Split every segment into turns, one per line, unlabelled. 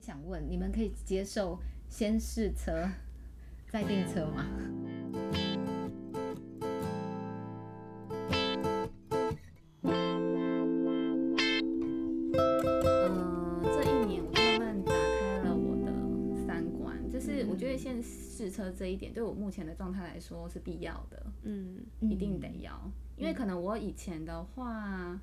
想问，你们可以接受先试车再订车吗？
呃，这一年我慢慢打开了我的三观，
嗯
就是我觉得先试车这一点，对我目前的状态来说是必要的，
嗯，
一定得要，因为可能我以前的话。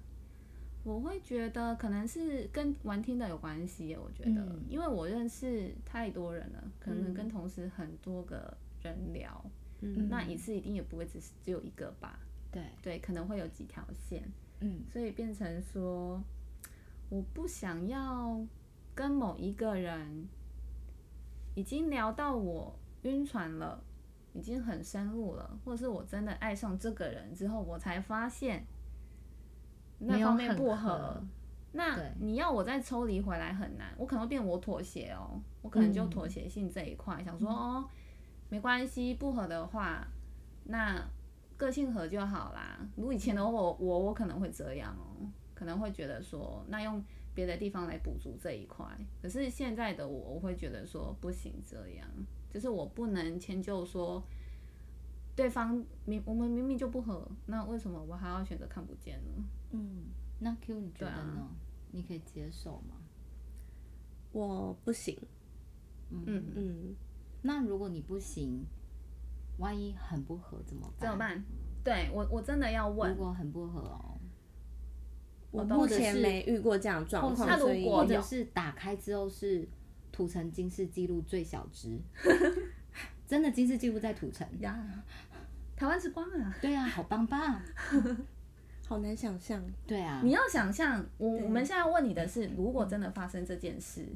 我会觉得可能是跟玩听的有关系耶，我觉得，
嗯
因为我认识太多人了，可能
嗯
跟同时很多个人聊，
嗯
那一次一定也不会只是只有一个吧，
对，
对，可能会有几条线，
嗯
所以变成说，我不想要跟某一个人已经聊到我晕船了，已经很深入了，或者是我真的爱上这个人之后，我才发现那
没有
方面
很
不
合
合。那
对
你要我再抽离回来很难，我可能会变我妥协哦，我可能
嗯
就妥协性这一块，想说哦，没关系，不合的话，那个性合就好啦。如果以前的
嗯
我，我我可能会这样哦、可能会觉得说，那用别的地方来补足这一块。可是现在的我，我会觉得说不行，这样就是我不能迁就说对方明我们明明就不合，那为什么我还要选择看不见呢？
嗯，那 Q 你觉
对
得
啊
呢？你可以接受吗？
我不行，
嗯，
嗯，
那如果你不行，万一很不合怎么办？
怎么
哎
办？对我我真的要
如
问，
果很不合哦，
我
懂
目
或者
前
是
没遇过这样的状况，
那如
所以
果
或
有
者是打开之后是土城金氏记录最小 值，真的金氏记录在土城。
呀，台湾之光啊！
对啊，好棒棒。
好难想象，
对啊
你，要想象，我
对
我们现在问你的是，如果真的发生这件事，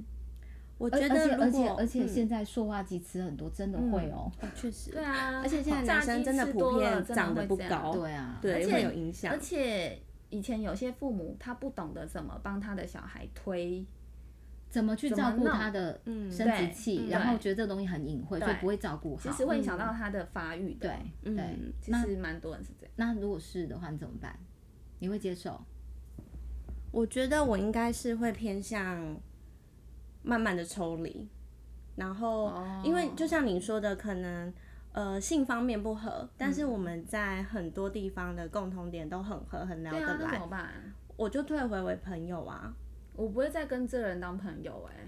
我
而而
觉
且
得
而
如
且
果
而且
嗯
现在塑化剂吃很多，真的会哦。
哦确实
对，啊，
而且现在
炸
男生
鸡
真的
吃
普
多了
遍长得不，
真的会
高，
对啊，
而
对，
且
会有影
这样
响
而，且以前有些父母他不懂得怎么帮他的小孩推，
怎么去照顾他的
嗯
生殖器，
对
然后
对
觉得这东西很隐晦，
对
所以不会照顾好。
其实会影响到他的发育的。
对对
嗯，
其
那
实蛮多人是这样。
那如果是的话，你怎么办？你会接受？
我觉得我应该是会偏向慢慢的抽离，然后、
哦
因为就像你说的，可能呃性方面不合，但是我们在很多地方的共同点都很合，很聊
对啊
得，
那
来，
怎么办？
我就退回为朋友啊。
我不会再跟这个人当朋友哎、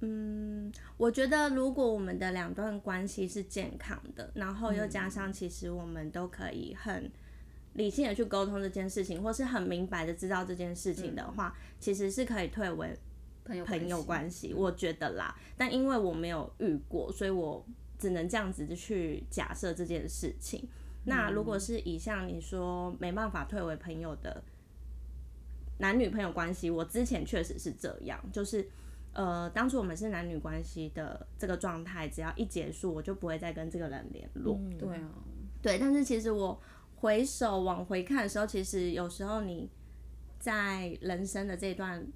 嗯，我觉得如果我们的两段关系是健康的，然后又加上其实我们都可以很理性的去沟通这件事情，或是很明白的知道这件事情的话，其实是可以退为
朋友
朋友
关
关系，我觉得啦。但因为我没有遇过，所以我只能这样子去假设这件事情。那如果是以像你说没办法退为朋友的男女朋友关系，我之前确实是这样，就是呃，当初我们是男女关系的这个状态，只要一结束，我就不会再跟这个人联络。
系对啊，
对，但是其实我回首往回看的时候，其实有时候你在人生的这段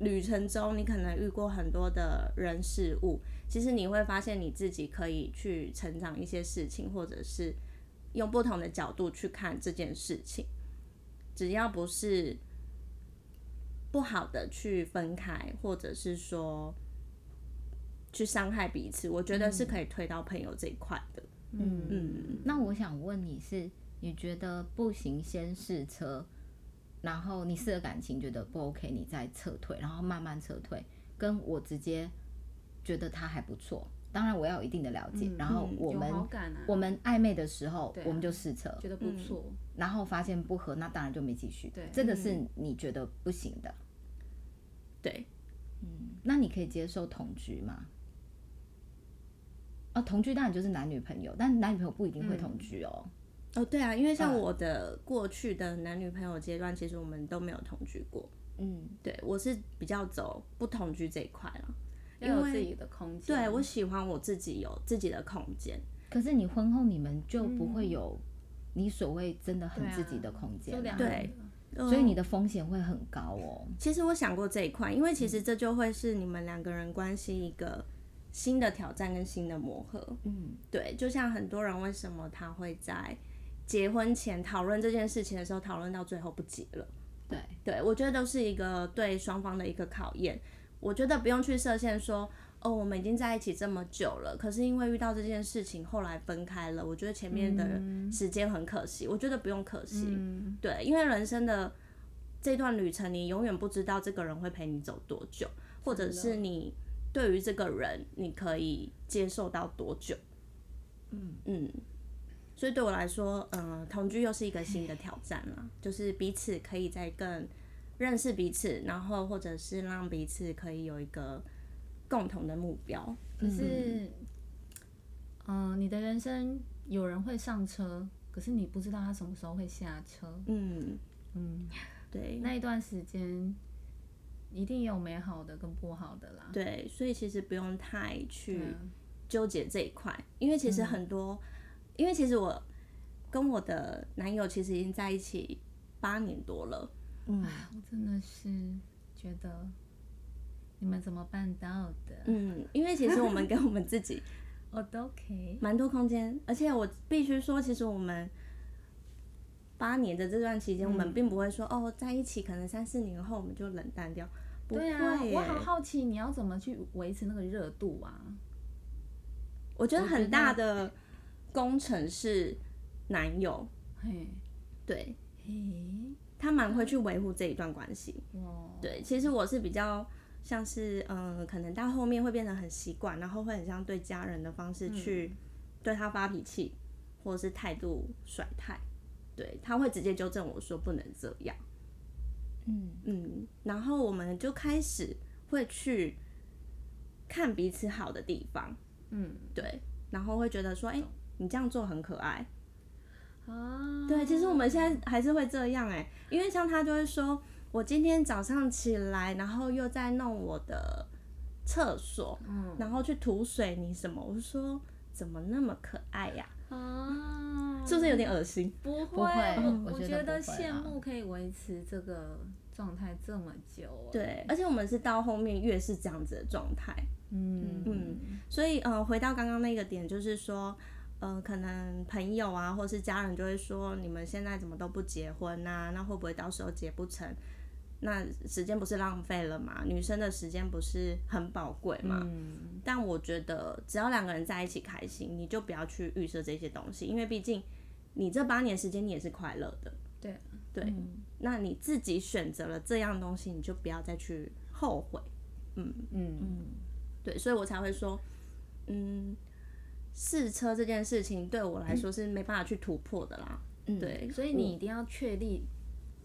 旅程中，你可能遇过很多的人事物，其实你会发现你自己可以去成长一些事情，或者是用不同的角度去看这件事情，只要不是不好的去分开，或者是说。去伤害彼此，我觉得是可以推到朋友这一块的。
嗯
嗯
那我想问你是，你觉得不行先试车，然后你试了感情觉得不 OK，你再撤退，然后慢慢撤退，跟我直接觉得他还不错，当然我要有一定的了解，然后我
嗯有
们、
好感啊，
我们暧昧的时候，
对啊
我们就试车，
觉得不错，
然后发现不合，那当然就没继续。
对
这个是你觉得不行的。嗯
对，
那你可以接受同居吗？哦，同居当然就是男女朋友，但男女朋友不一定会同居哦。
哦，对啊，因为像我的过去的男女朋友阶段，其实我们都没有同居过。
嗯，
对我是比较走不同居这一块了。
要有自己的空间。
对我喜欢我自己有自己的空间。
可是你婚后你们就不会有你所谓真的很
对啊
自己的空间
就
啊、
两
对
个人
所以你的风险会很高哦。
其实我想过这一块，因为其实这就会是你们两个人关系一个新的挑战跟新的磨合。
嗯，
对，就像很多人为什么他会在结婚前讨论这件事情的时候，讨论到最后不结了。
对，
对，我觉得都是一个对双方的一个考验。我觉得不用去设限说，哦，我们已经在一起这么久了，可是因为遇到这件事情，后来分开了。我觉得前面的时间很可惜，我觉得不用可惜，
嗯，
对，因为人生的这段旅程，你永远不知道这个人会陪你走多久，或者
真的
是你对于这个人你可以接受到多久。嗯嗯，所以对我来说，嗯、同居又是一个新的挑战啦，就是彼此可以再更认识彼此，然后或者是让彼此可以有一个共同的目标。
可是，嗯、你的人生有人会上车，可是你不知道他什么时候会下车。
嗯，
嗯，
对。
那一段时间一定有美好的跟不好的啦。
对，所以其实不用太去
对啊
纠结这一块，因为其
嗯
实很多，因为其实我跟我的男友其实已经在一起八年多了，
嗯，
我真的是觉得你们怎么办到的？
嗯，因为其实我们给我们 自己
我都可以。
蛮多空间，而且我必须说，其实我们八年的这段期间，我
嗯
们并不会说哦，在一起可能三四年后我们就冷淡掉，不会
对啊，
耶、
我好好奇你要怎么去维持那个热度啊？
我觉得
我觉
很大
得
的工程是男友，
嘿，
对
嘿，
他蛮会去维护这一段关系。
哇，
对，其实我是比较像是，嗯、可能到后面会变得很习惯，然后会很像对家人的方式去对他发脾气，或者是态度甩态。对，他会直接纠正我说不能这样。
嗯
嗯，然后我们就开始会去看彼此好的地方，
嗯
对，然后会觉得说，哎、你这样做很可爱，
啊，
对，其实我们现在还是会这样哎、因为像他就会说，我今天早上起来，然后又在弄我的厕所，
嗯
然后去涂水泥什么，我就说怎么那么可爱呀、
啊，
是不是有点恶心？
不会？
不会嗯
我
我觉
觉
得
得
不会
羡
啦
慕可以维持这个状态这么久。啊
对，，而且我们是到后面越是这样子的状态，
嗯
嗯，所以呃，回到刚刚那个点，就是说，呃，可能朋友啊，或是家人就会说，你们现在怎么都不结婚呐、那会不会到时候结不成？那时间不是浪费了吗？女生的时间不是很宝贵吗？
嗯，
但我觉得，只要两个人在一起开心，你就不要去预设这些东西，因为毕竟你这八年时间你也是快乐的。
对
对，
嗯
那你自己选择了这样东西，你就不要再去后悔。
嗯
对，所以我才会说，嗯，试车这件事情对我来说是没办法去突破的啦。
嗯
对，
所以你一定要确立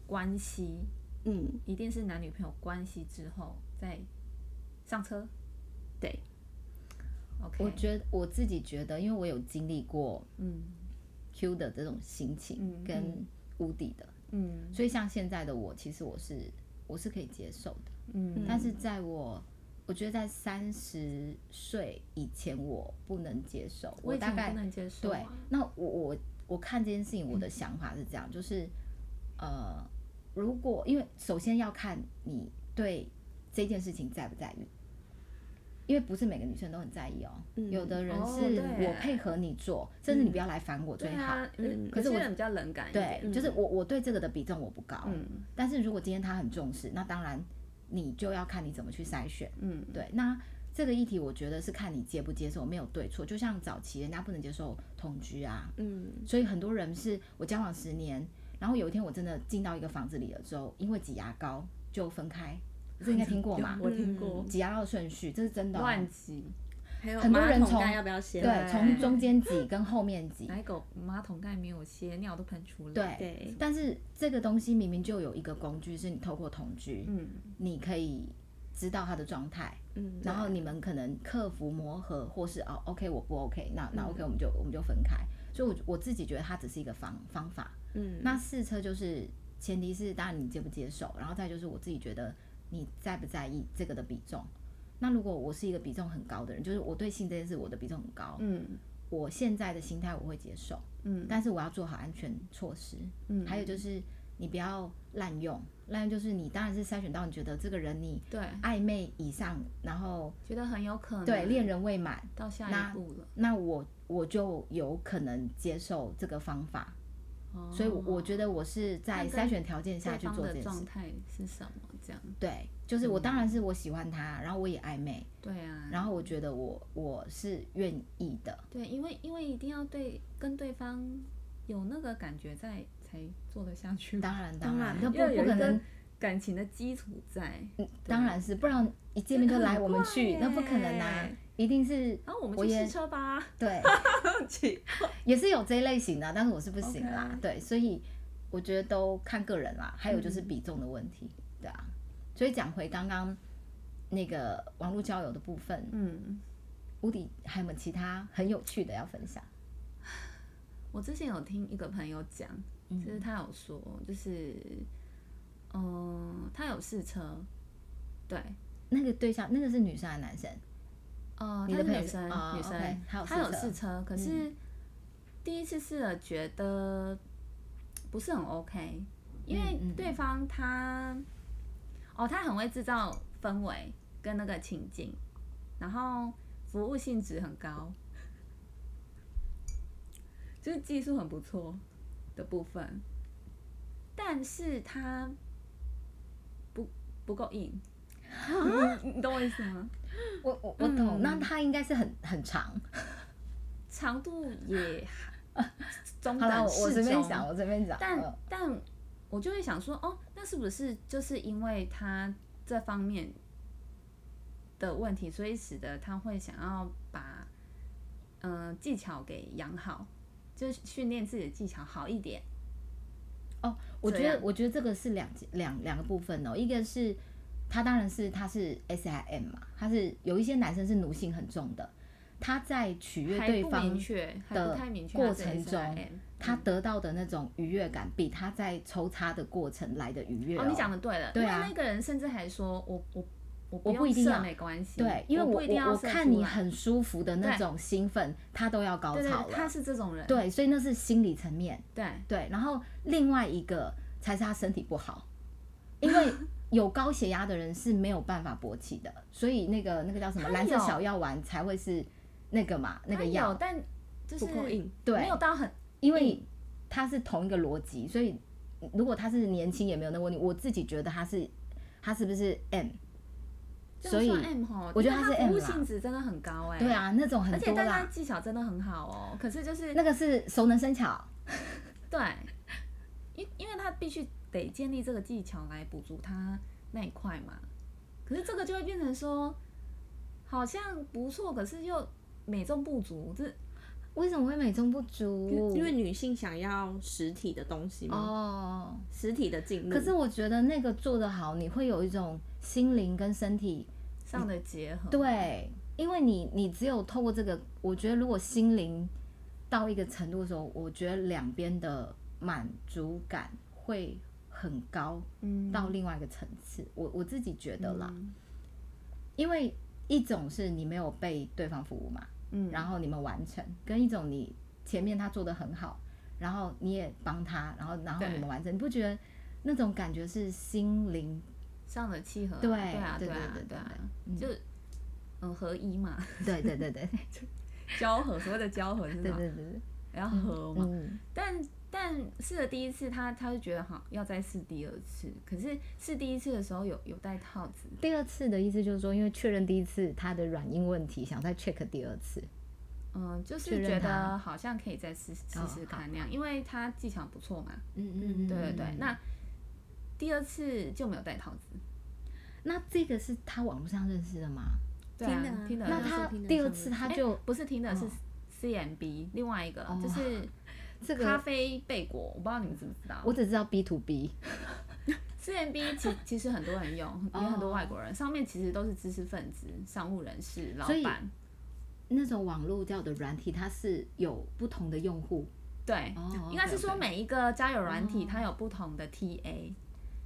关系，
嗯，
一定是男女朋友关系之后再上车。
对
，OK，
我觉得我自己觉得，因为我有经历过
嗯
Q 的这种心
嗯
情跟无底的，
嗯
所以像现在的我，其实我是我是可以接受的。
嗯，
但是在我，我觉得在三十岁以前，我不能接受。
我
我
以前
大概
不能接受
对
啊，，嗯
那我我我看这件事情，我的想法是这样，就是呃，如果因为首先要看你对这件事情在不在意，因为不是每个女生都很在意哦，有的人
哦
是
对嗯
我配合你做，甚至你不要来烦我
对
最好。
啊，嗯，
可是
有
我
些人比较冷感一
嗯
点，
对，就是我我对这个的比重我不高，
嗯
但是如果今天他很重视，那当然你就要看你怎么去筛选。
嗯，？
对，那这个议题我觉得是看你接不接受，没有对错。就像早期人家不能接受同居啊，
嗯
所以很多人是我交往十年，然后有一天我真的进到一个房子里了之后，因为挤牙膏就分开，这应该听过嗯嘛
我听过
挤牙膏的顺序，这是真的哦、
嗯乱挤，
还有
很多
哎马
人
桶
从
盖要不要写？
对，从中间挤跟后面 挤，
奶狗马桶盖没有歇，尿都喷出
对
来。
对
但是这个东西明明就有一个工具，是你透过同居，
嗯，
你可以知道他的状态，
嗯，
然后你们可能克服磨合，或是哦，OK，我不 OK，那
嗯
那 OK，我们就我们就分开。所以我，我自己觉得它只是一个方方法。
嗯，
那试车就是前提是，当然你接不接受，然后再就是我自己觉得你在不在意这个的比重。那如果我是一个比重很高的人，就是我对性这件事我的比重很高，
嗯
我现在的心态我会接受，
嗯，
但是我要做好安全措施。
嗯
还有就是你不要滥用，滥用就是你当然是筛选到你觉得这个人你
对，
暧昧以上，然后
觉得很有可能
对恋人未满，
到下
那
一步了，
那我我就有可能接受这个方法，
哦
所以我我觉得我是在
那跟
筛选条件下
对
去
方
做
的
这件
状嗯
事。
态是什么？这样，
对，就是我当然是我喜欢他，然后我也暧昧，
对啊，
然后我觉得我我是愿意的，
对，因为因为一定要对跟对方有那个感觉在，才做得下去。
当然当
然
然，那不
要有
不可
一个
能，嗯
感情的基础在，
当然是，不然一见面就
真的
来
很
我们去，
怪
那不可能啊
耶，
一定是
然啊后我们
我
去
也
试车吧。
对，
奇
也是有这一类型的啊，但是我是不行啦
OK
对，所以我觉得都看个人啦，还有就是比重的问题，对啊，所以讲回刚刚那个网络交友的部分，
嗯，
无敌还有没有其他很有趣的要分享？
我之前有听一个朋友讲，
嗯
就是他有说，就是，嗯、他有试车，对，
那个对象那个是女生还是男生？
哦、
你
她
的
是
朋友
女
是
生，
哦
女生
OK，她有
她
试
有
车嗯
试车，可是第一次试了觉得不是很 OK，因为
嗯嗯
对方他，哦，他很会制造氛围跟那个情境，然后服务性质很高，就是技术很不错的部分，但是他不不够硬。
啊
你你懂我意思吗？
我我我懂，
嗯
那他应该是很很长。
长度 也中
好啦，
等
我我随
适
便
中，
讲，我随便讲。
但
嗯
但我就会想说，哦，那是不是就是因为他这方面的问题，所以使得他会想要把嗯、呃技巧给养好，就是训练自己的技巧好一点。
哦，我觉
这
得
样
我觉得这个是两两两个部分哦，一个是他当然是他是 S I M 嘛，他是有一些男生是奴性很重的，他在取悦
还
对
不
方
明确，还
的
不太明确
过
他自己
程
是
中
IM
他得到的那种愉悦感，比他在抽插的过程来的愉悦、
哦，你讲的对了，
对啊
因为那个人甚至还说我我
我
我不
不
用
一定
射
要
没关系，
对，因为
我
我
不一定要
我
射
看
出
你
来
很舒服的那
对
种兴奋，他都要高
对对
潮
对，他
了。
是这种人，
对，所以那是心理层面。
对。
对，然后另外一个才是他身体不好，因 为有高血压的人是没有办法勃起的，所以那个那个叫什么
他
蓝色
有
小药丸才会是那个嘛那
它
个药
有，，但就是
不够硬，
对
没有到很
因为它是同一个逻辑，所以如果他是年轻也没有那个问题，我自己觉得他是他是不是 M，
这
所
样
以
算 M 吼，
我觉得
因
它
为
是
它服
M
务
啦
性质真的很高哎、
对，啊，那种很
而且
多
但它
啦，
技巧真的很好哦，可是就是
那个是熟能生巧，
对，因因为它必须得建立这个技巧来补足它那一块嘛，可是这个就会变成说好像不错，可是又美中不足，这
为什么会美中不足？
因为女性想要实体的东西嘛，
哦。
实体的进入。
可
嗯
是我觉得那个做得好，你会有一种心灵跟身体
上的结合，
嗯对，因为你你只有透过这个，我觉得如果心灵到一个程度的时候，我觉得两边的满足感会很高，
嗯，
到另外一个层次。我我自己觉得啦，
嗯
因为一种是你没有被对方服务嘛，
嗯，
然后你们完成，跟一种你前面他做的很好，然后你也帮他，然后然后
对
你们完成，你不觉得那种感觉是心灵
上的契合啊，
对
啊，
对
对啊
对对，
对啊
对嗯，
就嗯合一嘛。
对对对对
啊交合，所谓的交合是
对
什么？
对对对，
要合嘛。
嗯，
但但试了第一次，他他就觉得好要再试第二次。可是试第一次的时候有有戴套子，
第二次的意思就是说，因为确认第一次他的软硬问题，想再 check 第二次。
嗯，就
确
是
认
觉
它
得好像可以再试试
哦
试
好
看那样，因为他技巧不错嘛。
嗯
嗯
对对对，那第二次就没有戴套子。
那这个是他网络上认识的吗？
对啊
听的啊，
听的
那
对
他
是听得
第二
上
次
面
他
哎
就
不是听的是
哦
CMB，另外一个
哦
就是
这
咖
个，
啡贝果，我不知道你们知不知道。
我只知道 B to B。
CMB 其其实很多人用，
哦
也很多外国人，上面其实都是知识分子、商务人士、老
所以
板，
那种网络叫的软体，它是有不同的用户
对，
哦
应该是说
OK，OK
每一个交友软体
哦
它有不同的 TA，、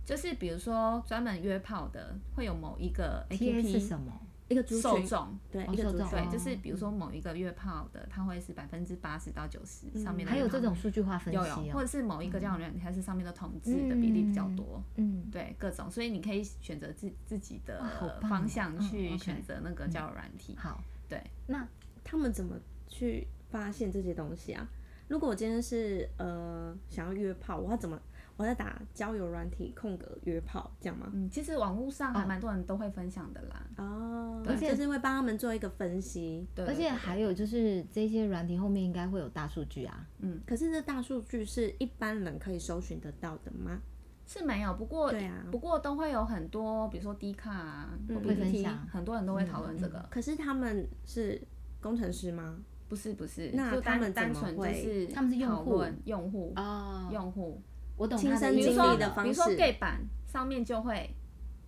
就是比如说专门约炮的会有某一个
TA 是
APP
什么？
一个族
受
群，
众，
对，
哦
一个
受
族
众
群
对，
哦，
就是比如说某一个约炮的，它会是百分之八十到九十
嗯
上面的
还有
约炮
这种数据化分析
有有，或
哦。
者是某一个交友软体它是上面的统治的比例比较多，
嗯，
对各种，所以你可以选择自自己的
哇好棒哦
方向
嗯
去
OK 嗯
选择那个交友软体。
好，
对，
那
他们怎么去发现这些东西啊？如果我今天是呃想要约炮，我要怎么？我在打交友软体空格约炮，这样吗？
嗯，其实网络上还蛮多人都会分享的啦。
哦，
对
就是会帮他们做一个分析。
对，
而
对
且还有就是这些软体后面应该会有大数据啊，
嗯
可是这大数据是一般人可以搜寻得到的吗？
是没有，不过
对啊
不过都会有很多，比如说 D 卡啊，
嗯
或
会
PPT
分享
很多人都会讨论这个。
可是他们是工程师吗？
不是不是，
那
就
他
单
们怎
单
么
纯就
会
是
他们是用
讨
户
论用户
哦
用户，
我懂
亲
他的
身
意
比
思
如
经
说
历的方
比如说
式
gay 版上面就会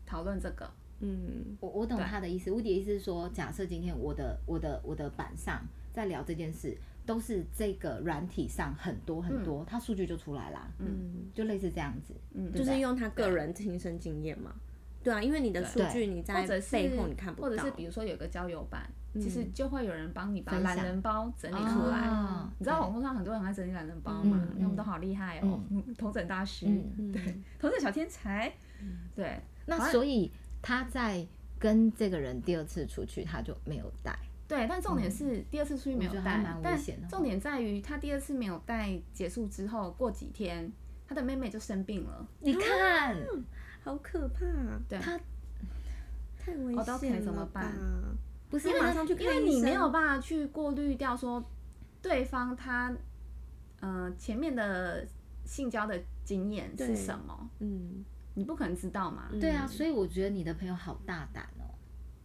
讨论这个，
嗯，
我我懂他的意思，我的意思是说，假设今天我的我的我的板上在聊这件事，都是这个软体上很多很多，它数据就出来啦，嗯，就类似这样子，嗯，
就
就是
用他个人亲身经验嘛。对啊，因为你的数据你在
或者是
背后你看不
或者
到嗯
是，比如说有一个交友版，其实就会有人帮你把
分享
懒人包整理出来
哦。
你知道网络上很多人爱整理懒人包嘛
嗯，
因为我们都好厉害哦，头枕大师，
嗯，
嗯，
头枕小天才，对，
那所以他在跟这个人第二次出去，他就没有带，
对，但重点是第二次出去没
嗯
有
我觉得还
带
蛮，危
但
险的
重点在于他第二次没有带，结束之后过几天，他的妹妹就生病了。
你看，
好可怕，啊
对，哦
他
太危
我都可以
险
怎么
了吧
办？
不是
因为
他
马上去看
因为
医
你没
生
有办法去过滤掉说对方他，呃，前面的性交的经验
对
是什么，
嗯，
你不可能知道嘛。
对啊，所以我觉得你的朋友好大胆哦，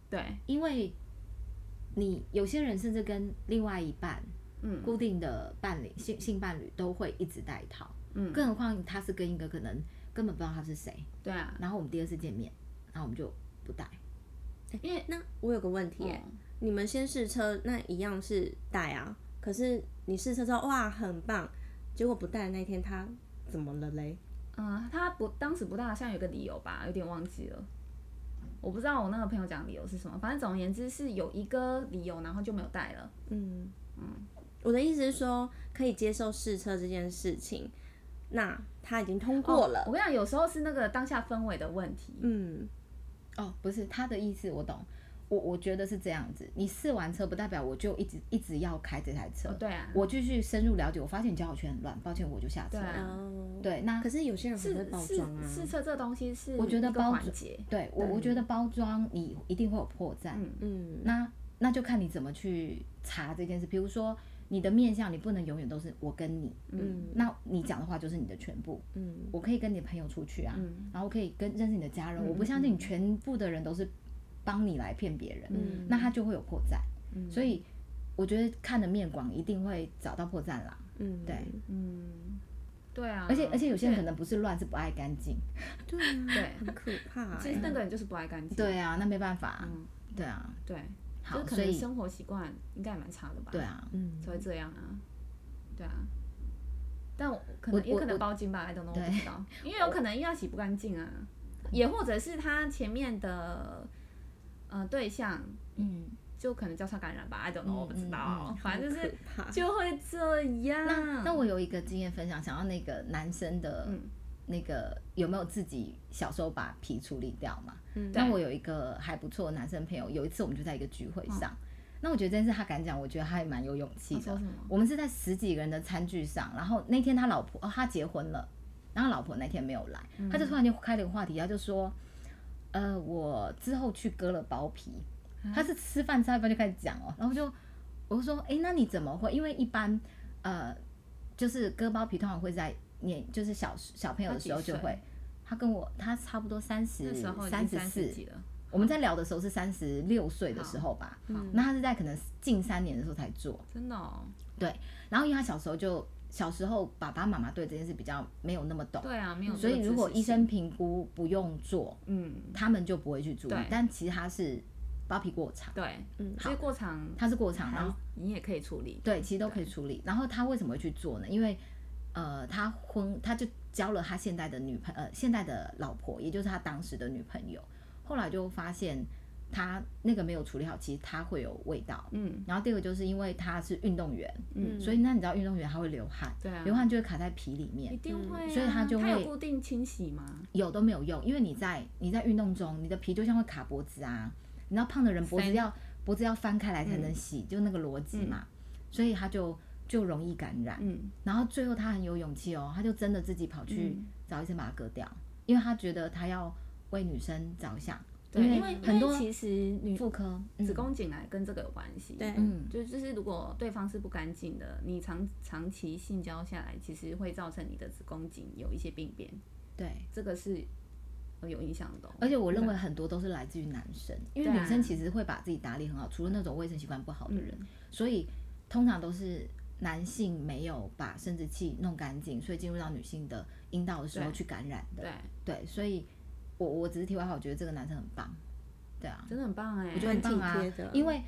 对，
因为你有些人甚至跟另外一半
嗯
固定的伴侣性性伴侣都会一直戴套，
嗯
更何况他是跟一个可能根本不知道他是谁，
对啊，
然后我们第二次见面，然后我们就不戴，
因为
那我有个问题耶、
嗯
你们先试车，那一样是带啊。可是你试车之后，哇，很棒，结果不带的那天他怎么了嘞？
嗯，他不当时不大，好像有个理由吧，有点忘记了。我不知道我那个朋友讲的理由是什么，反正总而言之是有一个理由，然后就没有带了。
嗯，我的意思是说，可以接受试车这件事情，那他已经通过了。
哦我跟你讲，有时候是那个当下氛围的问题。
嗯，
哦，不是他的意思，我懂。我我觉得是这样子，你试完车不代表我就一直一直要开这台车。
哦对啊
嗯我继续深入了解，我发现你交友圈很乱，抱歉，我就下车
对
了。
啊
哦，
对，那
可是有些人很会包
试
装啊，
试车这东西是
我觉得
一个
包
环
装
节，
对我我觉得包装你一定会有破绽，
嗯
嗯，
那那就看你怎么去查这件事。比如说你的面相，你不能永远都是我跟你，嗯，那你讲的话就是你的全部，嗯，我可以跟你的朋友出去啊，
嗯
然后可以跟认识你的家人，我不相信你全部的人都是帮你来骗别人，
嗯
那他就会有破绽，
嗯
所以我觉得看的面广一定会找到破绽啦，
嗯，
对
嗯，对啊，
而且而且有些人可能不是乱，是不爱干净，
对啊，
对
很可怕、
其实那
欸。
个人就是不爱干净，
对啊，那没办法啊，
嗯
对啊，
对，就
好
是可
所
能
以
生活习惯应该也蛮差的吧，
对，啊，
嗯，
才会这样啊，对啊。但我可
我
能也
我
可能
我
包茎吧，I don't know，我
对
不知道，因为有可能因为他洗不干净啊，也或者是他前面的呃对象
嗯。
就可能交叉感染吧，I don't know，
嗯
我不知
嗯
道
嗯，
反正就是
好可怕
就会这样。
那那我有一个经验分享，想要那个男生的、
嗯
那个有没有自己小时候把皮处理掉嘛？
嗯
那我有一个还不错的男生朋友，有一次我们就在一个聚会上，那我觉得这件事他敢讲，我觉得他还蛮有勇气
嗯他
的
说什么。
我们是在十几个人的餐具上，然后那天他老婆、哦、他结婚了，然后老婆那天没有来，
嗯
他就突然就开了一个话题，他就说，呃，我之后去割了包皮，他是吃饭吃到一半就开始讲哦，然后就我就说，哎、那你怎么会？因为一般呃，就是割包皮通常会在年，就是小小朋友的时候就
他
会
几。
他跟我，他差不多三十
那时候已经
三十
三
四
十，几了，
我们在聊的时候是三十六岁的时候吧，
嗯
那他是在可能近三年的时候才做，
真的哦，
对。然后因为他小时候就小时候爸爸妈妈对这件事比较没有那么懂，
对啊，没有这
所
个知识性。
以如果医生评估不用做，
嗯，
他们就不会去注意
对。
但其实他是包皮过长，
对，所以过场
嗯他是过长，然后
你也可以处理。
对，其实都可以处理。然后他为什么会去做呢？因为呃，他婚他就交了他现在的女朋呃现在的老婆，也就是他当时的女朋友。后来就发现他那个没有处理好，其实他会有味道。
嗯，
然后第二个就是因为他是运动员，
嗯
所以那你知道运动员他会流汗，
对啊
流汗就会卡在皮里
一
面，
定会啊。
嗯所以他就会
有固定清洗吗？
有都没有用，因为你在你在运动中，你的皮就像会卡脖子啊，你知道胖的人脖子
翻嗯
要脖子要翻开来才能洗，就那个逻辑嘛，所以他就就容易感染。
嗯，
然后最后他很有勇气哦，他就真的自己跑去
嗯
找医生把它割掉，因为他觉得他要为女生着想，
对，因
因
为
很
因
多
为其实女
妇科、嗯
子宫颈癌跟这个有关系。
对
嗯
就就是如果对方是不干净的，你长长期性交下来，其实会造成你的子宫颈有一些病变，
对，
这个是呃有影响的哦、
而且我认为很多都是来自于男生，因为
对啊
女生其实会把自己打理很好，除了那种卫生习惯不好的人，
嗯
所以通常都是男性没有把生殖器弄干净，所以进入到女性的阴道的时候
对
去感染的。
对，
对，所以我我只是题外话，我觉得这个男生很棒，对啊，
真的很棒哎、
我觉得很棒
蛮
啊
体贴的，
因为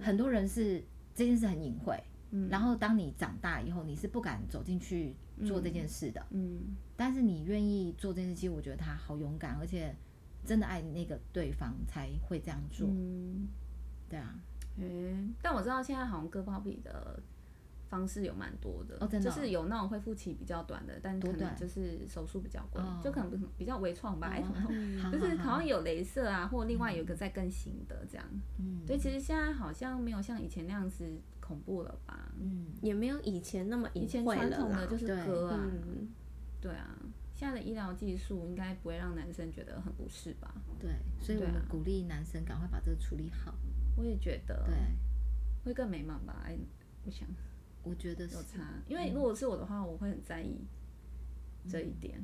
很多人是这件事很隐晦，
嗯
然后当你长大以后，你是不敢走进去做这件事的，
嗯，
但是你愿意做这件事，情，我觉得他好勇敢，而且真的爱那个对方才会这样做，
嗯
对啊，
嗯，但我知道现在好像割包皮的方式有蛮多的，
哦真的哦
就是有那种恢复期比较短的，但可
多
能
短
就是手术比较贵，
哦
就可能不是比较微创吧，哎、
好
就是好像，有镭射啊，或另外有一个再更新的这样。
嗯
对，其实现在好像没有像以前那样子恐怖了吧？
嗯，
也没有以前那么
以
隐
前
晦
传
了
统
啦
的。就是
对
割啊，
嗯，
对啊。现在的医疗技术应该不会让男生觉得很不适吧？
对，所以我
对啊
们鼓励男生赶快把这个处理好，
我也觉得
对，
会更美满吧。哎，我想
我觉得是
有。差，因
嗯
为如果是我的话，我会很在意这一点。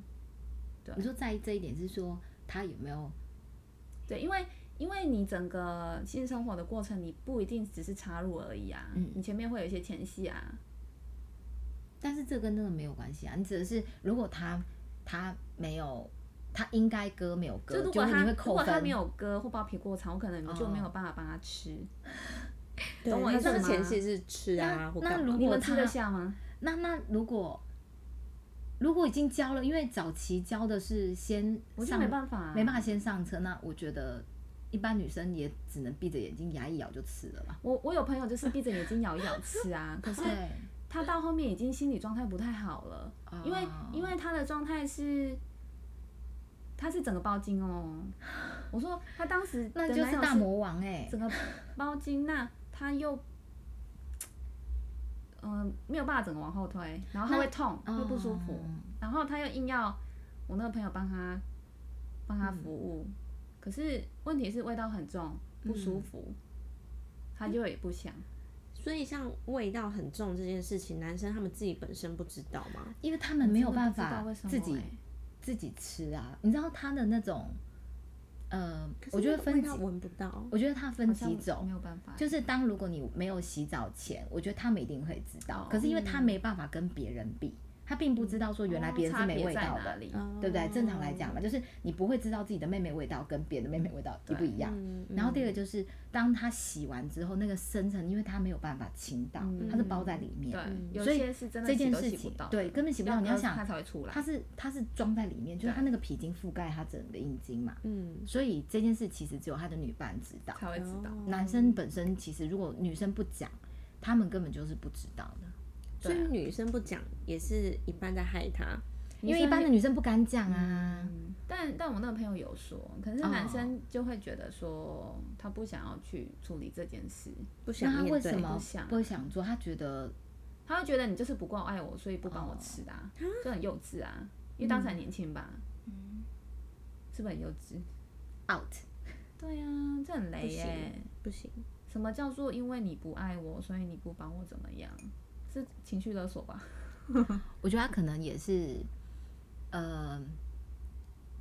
你说在意这一点是说他有没有
对，因为因为你整个性生活的过程，你不一定只是插入而已啊，
嗯
你前面会有一些前戏啊，
但是这跟那个没有关系啊，你指的是如果他他没有，他应该割没有割，
就如果他
你会
如
扣
果他
分，哦
没有割或包皮过长，我可能就没有办法帮他吃。
对
懂我意
他
思
就是
吗
前戏是吃啊，或
那
干
如
嘛
果
你们吃得
他
下吗？
那那如果如果已经交了，因为早期交的是先
我就
上
没办法、啊，
没办法先上车，那我觉得一般女生也只能闭着眼睛牙一咬就吃了吧。
我我有朋友就是闭着眼睛咬一咬吃啊，可是
对，
他到后面已经心理状态不太好了，因为
哦
因为他的状态是。他是整个包茎哦，我说他当时
那
的
就
男
是
友
大魔王哎、
整个包茎，那他又，嗯、没有办法整个往后推，然后他
那
会痛，会不舒服，
哦
然后他又硬要我那个朋友帮他帮他服务，
嗯
可是问题是味道很重，不舒服，
嗯
他就也不想，
所以像味道很重这件事情，男生他们自己本身不知道吗？
因为他们没有办
真的
法
不知道为什么
自己、
欸
自己吃啊，你知道他的那种，呃，我觉
觉
得
得
分几，
闻不到，
我觉得他分
好像
几种
没，有办法，
就是当如果你没有洗澡前，我觉得他们一定会知道，
哦
可是因为他没办法跟别人比，他并不知道说原来别人
哦
是
差别
没味道
在哪
的，嗯
里
对不对？正常来讲嘛，就是你不会知道自己的妹妹味道跟别的妹妹味道一不一样。
嗯，嗯
然后第二个就是，当他洗完之后，那个深层，因为他没有办法清到，
嗯
它是包在里面
对，，嗯有
嗯所以
些是真的
这
洗
件
都
事
洗不
情
到，
对根本洗不到。你要
它
想，
才会出来
它，是它是装在里面，就是它那个皮筋覆盖它整个阴茎嘛，
嗯，
所以这件事其实只有他的女伴知道。
才会知道。
哦
男生本身其实如果女生不讲，他们根本就是不知道的，
所以女生不讲也是一半在害他，
因为一般的女生不敢讲啊。
嗯，但但我那个朋友有说，可是
哦
男生就会觉得说他不想要去处理这件事，
不想
那他
面对。
为什么
不想
不想做？他觉得
他会觉得你就是不够爱我，所以不帮我吃啊，嗯就很幼稚啊，因为当时还年轻吧，是不是很幼稚？
out，
对啊，这很雷
不
耶、
行不行？
什么叫做因为你不爱我，所以你不帮我怎么样？是情绪勒索吧？
我觉得他可能也是，呃，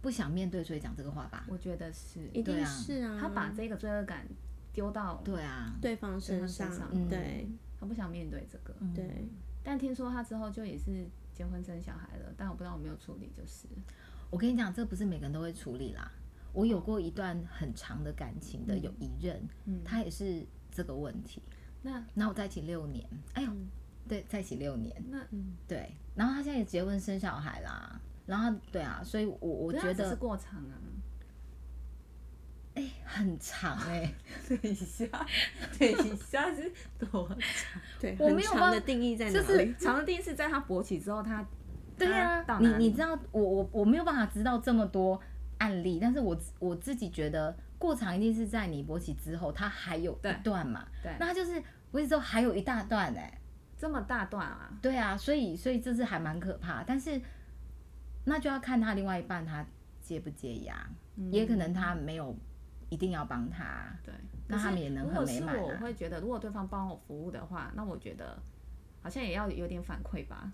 不想面对，所以讲这个话吧。
我觉得是，
一
对
定
啊
是啊，
他把这个罪恶感丢到
对啊，
对方身
身上
嗯
对
他不想面对这个。
对，
但听说他之后就也是结婚生小孩了，但我不知道有没有处理，就是
我跟你讲，这不是每个人都会处理啦。我有过一段很长的感情
嗯
的，有一任，他也是这个问题。
那嗯
那我在一起六年，哎呦，对，在一起六年，
那嗯
对，然后他现在也结婚生小孩啦，然后他对啊，所以我我
可是他
觉
只是
得
过场 啊。
哎、很长哎、
等一下，等一下是多
对，
我没
很
有
长
办
的定义在哪
就是
里？
长的第一次在他勃起之后，他
对
他
呀、
到
你
哪里
你知道我我我没有办法知道这么多案例，但是我自我自己觉得过场一定是在你勃起之后，他还有
对
一段嘛，
对
那他就是勃起之后还有一大段哎、
这么大段啊，
对啊，所以所以这是还蛮可怕，但是那就要看他另外一半他接不接牙，也可能
嗯
他没有一定要帮他，
对，
那他们也能
如
很
果
美
是
满
我
啊。
会觉得，如果对方帮我服务的话，那我觉得好像也要有点反馈吧。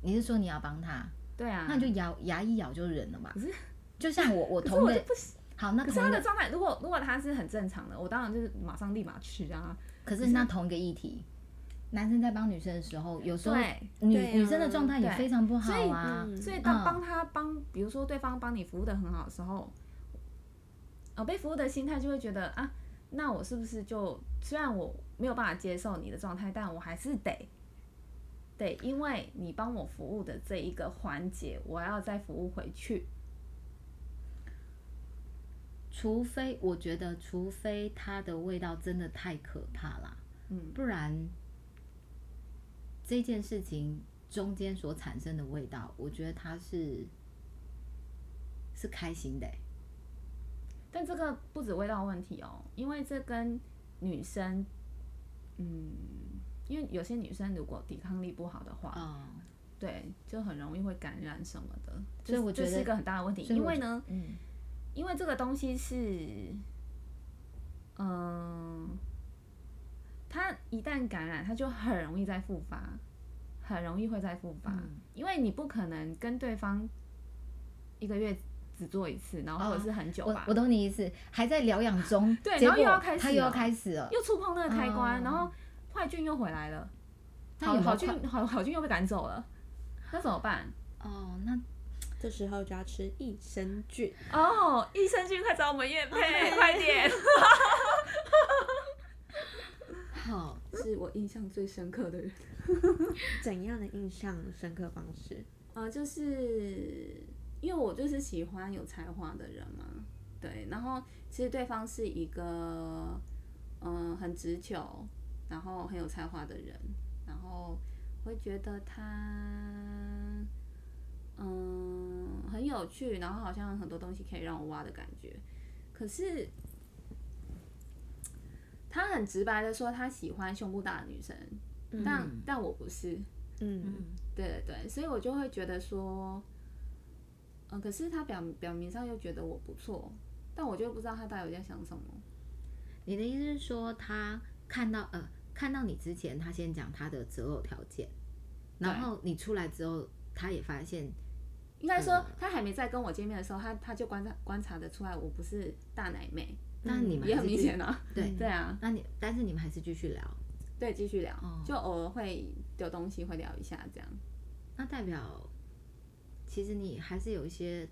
你是说你要帮他，
对啊，
那你就牙牙一咬就忍了嘛
可是。
就像我我
可是
同
我就
的
不行。
好，那
可是他
同
的
的
状态，如果如果他是很正常的，我当然就是马上立马去啊。
可是那同一个议题，男生在帮女生的时候，有时候
对
女
对啊
女生的状态也
对
非常不好
所以
啊。
嗯
所以当
嗯
帮他帮，比如说对方帮你服务的很好的时候，呃，被服务的心态就会觉得啊，那我是不是就虽然我没有办法接受你的状态，但我还是得得因为你帮我服务的这一个环节，我要再服务回去。
除非我觉得，除非它的味道真的太可怕啦，
嗯，
不然这件事情中间所产生的味道，我觉得它是是开心的欸、
但这个不止味道问题哦，因为这跟女生，嗯，因为有些女生如果抵抗力不好的话，
嗯
对，就很容易会感染什么的，
所以
这
我觉
这是
得
一个很大的问题。
所以
因
我
为
觉
呢，
嗯，
因为这个东西是，嗯、它一旦感染，它就很容易再复发，很容易会再复发，
嗯
因为你不可能跟对方一个月只做一次，然后或者是很久
我
吧，
哦我懂你意思，还在疗养中，
对
结
然后
果
又要开始
他又要
了
开始了，
又触碰那个开关，
哦
然后坏菌又回来了，
那
好
有没有
好
快
菌好好菌又被赶走了，那怎么办？
哦，那
这时候就要吃益生菌。
哦，益生菌快找我们叶配，快点！
好，
是我印象最深刻的人。
怎样的印象深刻方式？嗯
呃，就是因为我就是喜欢有才华的人嘛，对。然后其实对方是一个嗯、呃很直球，然后很有才华的人，然后会觉得他嗯很有趣，然后好像很多东西可以让我挖的感觉。可是他很直白的说他喜欢胸部大的女生，但但我不是。
嗯，
对对对，所以我就会觉得说，嗯、可是他表表明上又觉得我不错，但我就不知道他到底在想什么。
你的意思是说，他看到呃看到你之前，他先讲他的择偶条件，然后你出来之后，他也发现
应该
嗯
说，他还没在跟我见面的时候，他他就观察观察得出来，我不是大奶妹，
那你们
也
还
很
是
明
继
显啊。
对
对啊，
那你 但是你们还是继续聊，
对，继续聊，
哦
就偶尔会丢东西，会聊一下这样。
那代表其实你还是有一些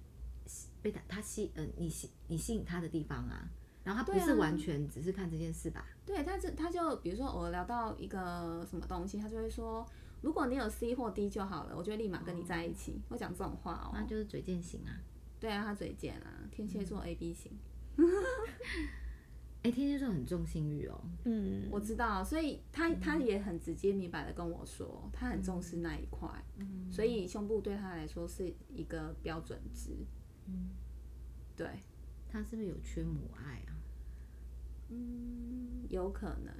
吸被他他吸呃你吸你吸引他的地方啊，然后他不
对啊
是完全只是看这件事吧？
对，他这他就比如说我聊到一个什么东西，他就会说，如果你有 C 或 D 就好了，我就会立马跟你在一起。我讲这种话哦，
那就是嗯嘴贱型啊。
对啊，他嘴贱啊，天蝎座 A B 型。
哎，天蝎座很重性欲哦，
嗯，
我知道，所以他他也很直接明白的跟我说，他很重视那一块，所以胸部对他来说是一个标准值。对，
他是不是有缺母爱啊？
嗯，有可能，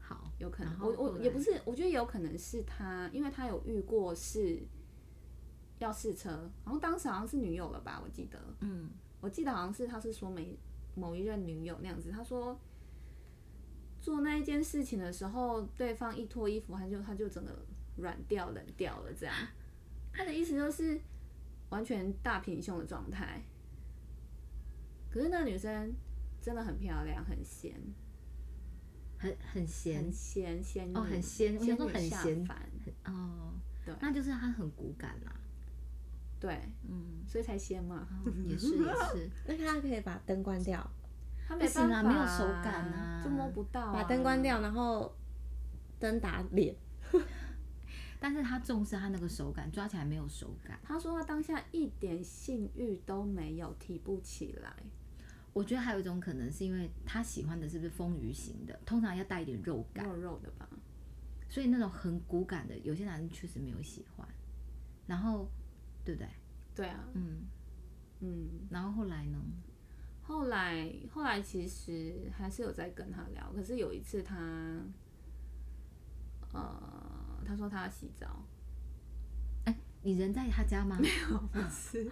好，
有可
然
能，
后
我
后
我
来
也不是，我觉得有可能是他，因为他有遇过是要试车，然后当时好像是女友了吧，我记得，
嗯，
我记得好像是他是说每某一任女友那样子，他说做那一件事情的时候，对方一脱衣服，他就他就整个软掉、冷掉了这样。他的意思就是完全大平胸的状态。可是那女生真的很漂亮，很仙，
很很咸
很仙仙女
哦很仙我
仙
想说
女
很
下
仙
凡，
哦，
对
那就是他很骨感啦、
对，
嗯，
所以才仙嘛。
也是也是，
那他可以把灯关掉，
他没
不行
办
啊
法，
没有手感啊
就摸不到、啊。
把灯关掉，然后灯打脸。
但是他重视他那个手感，抓起来没有手感，
他说他当下一点性欲都没有，提不起来。
我觉得还有一种可能是因为他喜欢的是不是丰腴型的，通常要带一点肉感，
肉肉的吧？
所以那种很骨感的，有些男人确实没有喜欢，然后对不对？
对啊，
嗯，
嗯。
然后后来呢？
后来后来其实还是有在跟他聊，可是有一次他，呃，他说他要洗澡，
哎，你你人在他家吗？
不 是，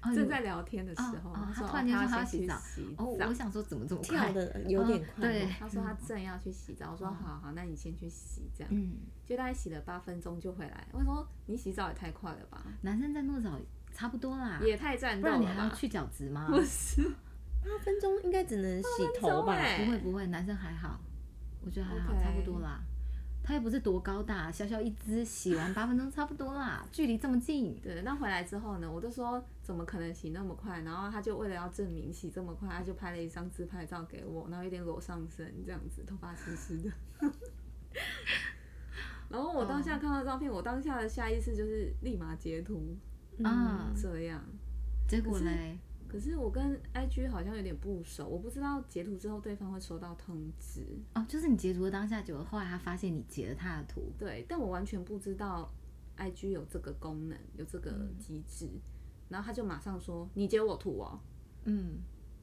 哦你
正在聊天的时候，
哦哦
说
他突然间说他
他
要洗
去
澡
洗
哦，
澡
我想说怎么这么
跳
快？
的有点快，
哦对
他说他正要去洗澡，我说好好，那你先去洗，这样
嗯，
就大概洗了八分钟就回来。我说你洗澡也太快了吧，
男生在诺澡差不多啦，
也太战
不
斗
然你
了
还要
吧？
去角质吗？
不是，
八分钟应该只能洗头吧？
八分钟欸
不会不会，男生还好，我觉得还好
OK
差不多啦。他又不是多高大，小小一只，洗完八分钟差不多啦，距离这么近，
对，那回来之后呢，我就说怎么可能洗那么快？然后他就为了要证明洗这么快，他就拍了一张自拍照给我，然后有点裸上身这样子，头发湿湿的。 然后我当
哦
下看到照片，我当下的下意识就是立马截图
嗯
啊
这样。
结果嘞，
可是我跟 IG 好像有点不熟，我不知道截图之后对方会收到通知。
哦，就是你截图的当下，结果后来他发现你截了他的图，
对，但我完全不知道 IG 有这个功能，有这个机制。然后他就马上说：“你截我图哦。”
嗯，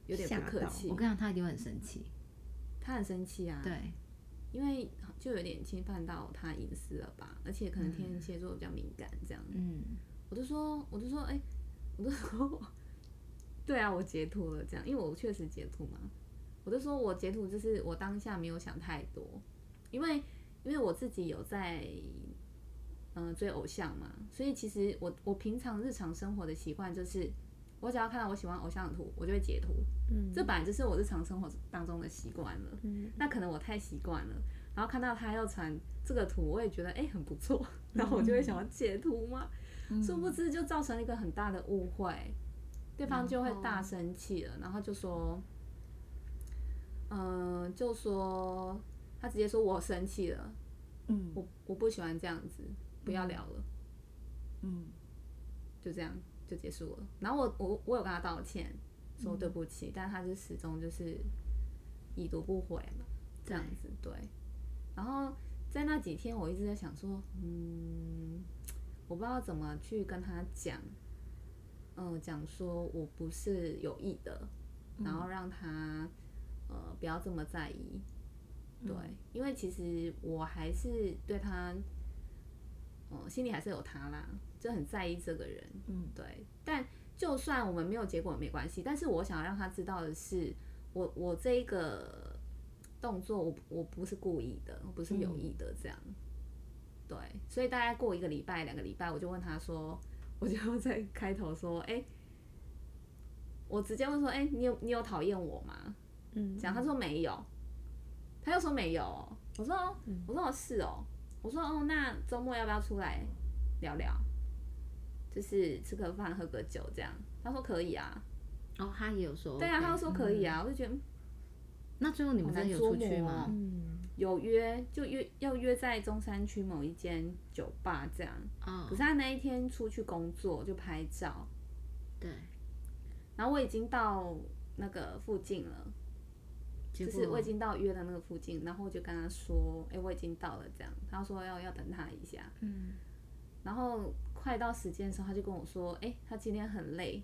有点
吓
不客
到
气
我，跟你讲，他一定会很生气，
他很生气啊。
对，
因为就有点侵犯到他隐私了吧，而且可能天蝎座比较敏感这样。
嗯，
我就说，我就说，哎、我就说，对啊，我截图了这样，因为我确实截图嘛。我就说我截图就是我当下没有想太多，因为因为我自己有在嗯、呃追偶像嘛，所以其实我我平常日常生活的习惯就是，我只要看到我喜欢偶像的图，我就会截图。
嗯
这本来就是我日常生活当中的习惯了。
嗯
那可能我太习惯了，然后看到他要传这个图，我也觉得哎、诶很不错，然后我就会想要截图嘛，
嗯
殊不知就造成了一个很大的误会，对方就会
哦
大生气了，然后就说，嗯、就说他直接说我生气了，
嗯
我我不喜欢这样子，不要聊了，
嗯，
就这样就结束了。然后我我我有跟他道歉，说对不起，但他就始终就是已读不回嘛。这样子对。然后在那几天，我一直在想说，嗯，我不知道怎么去跟他讲，嗯、讲说我不是有意的，然后让他呃不要这么在意。对，因为其实我还是对他，呃，心里还是有他啦，就很在意这个人。
嗯，
对。但就算我们没有结果也没关系，但是我想要让他知道的是，我我这一个动作我我不是故意的，我不是有意的这样。对，所以大概过一个礼拜、两个礼拜，我就问他说，我就在开头说，哎、我直接问说，哎、你有你有讨厌我吗？
嗯，
讲，他说没有，他又说没有哦、我说哦，我说哦是哦，我说哦，那周末要不要出来聊聊？就是吃个饭、喝个酒这样。他说可以啊，
哦，他也有说 OK，
对啊，他又说可以啊，我就觉得嗯
那最后你们
好
真
难
的有出
捉
去
摸
吗？
哦
嗯，
有约就约要约在中山区某一间酒吧这样。
啊
可是，他那一天出去工作就拍照，
对，
然后我已经到那个附近了，
结
就是我
果
已经到约的那个附近，然后我就跟他说，哎、我已经到了这样。他说要要等他一下，
嗯，
然后快到时间的时候，他就跟我说：“哎、他今天很累。”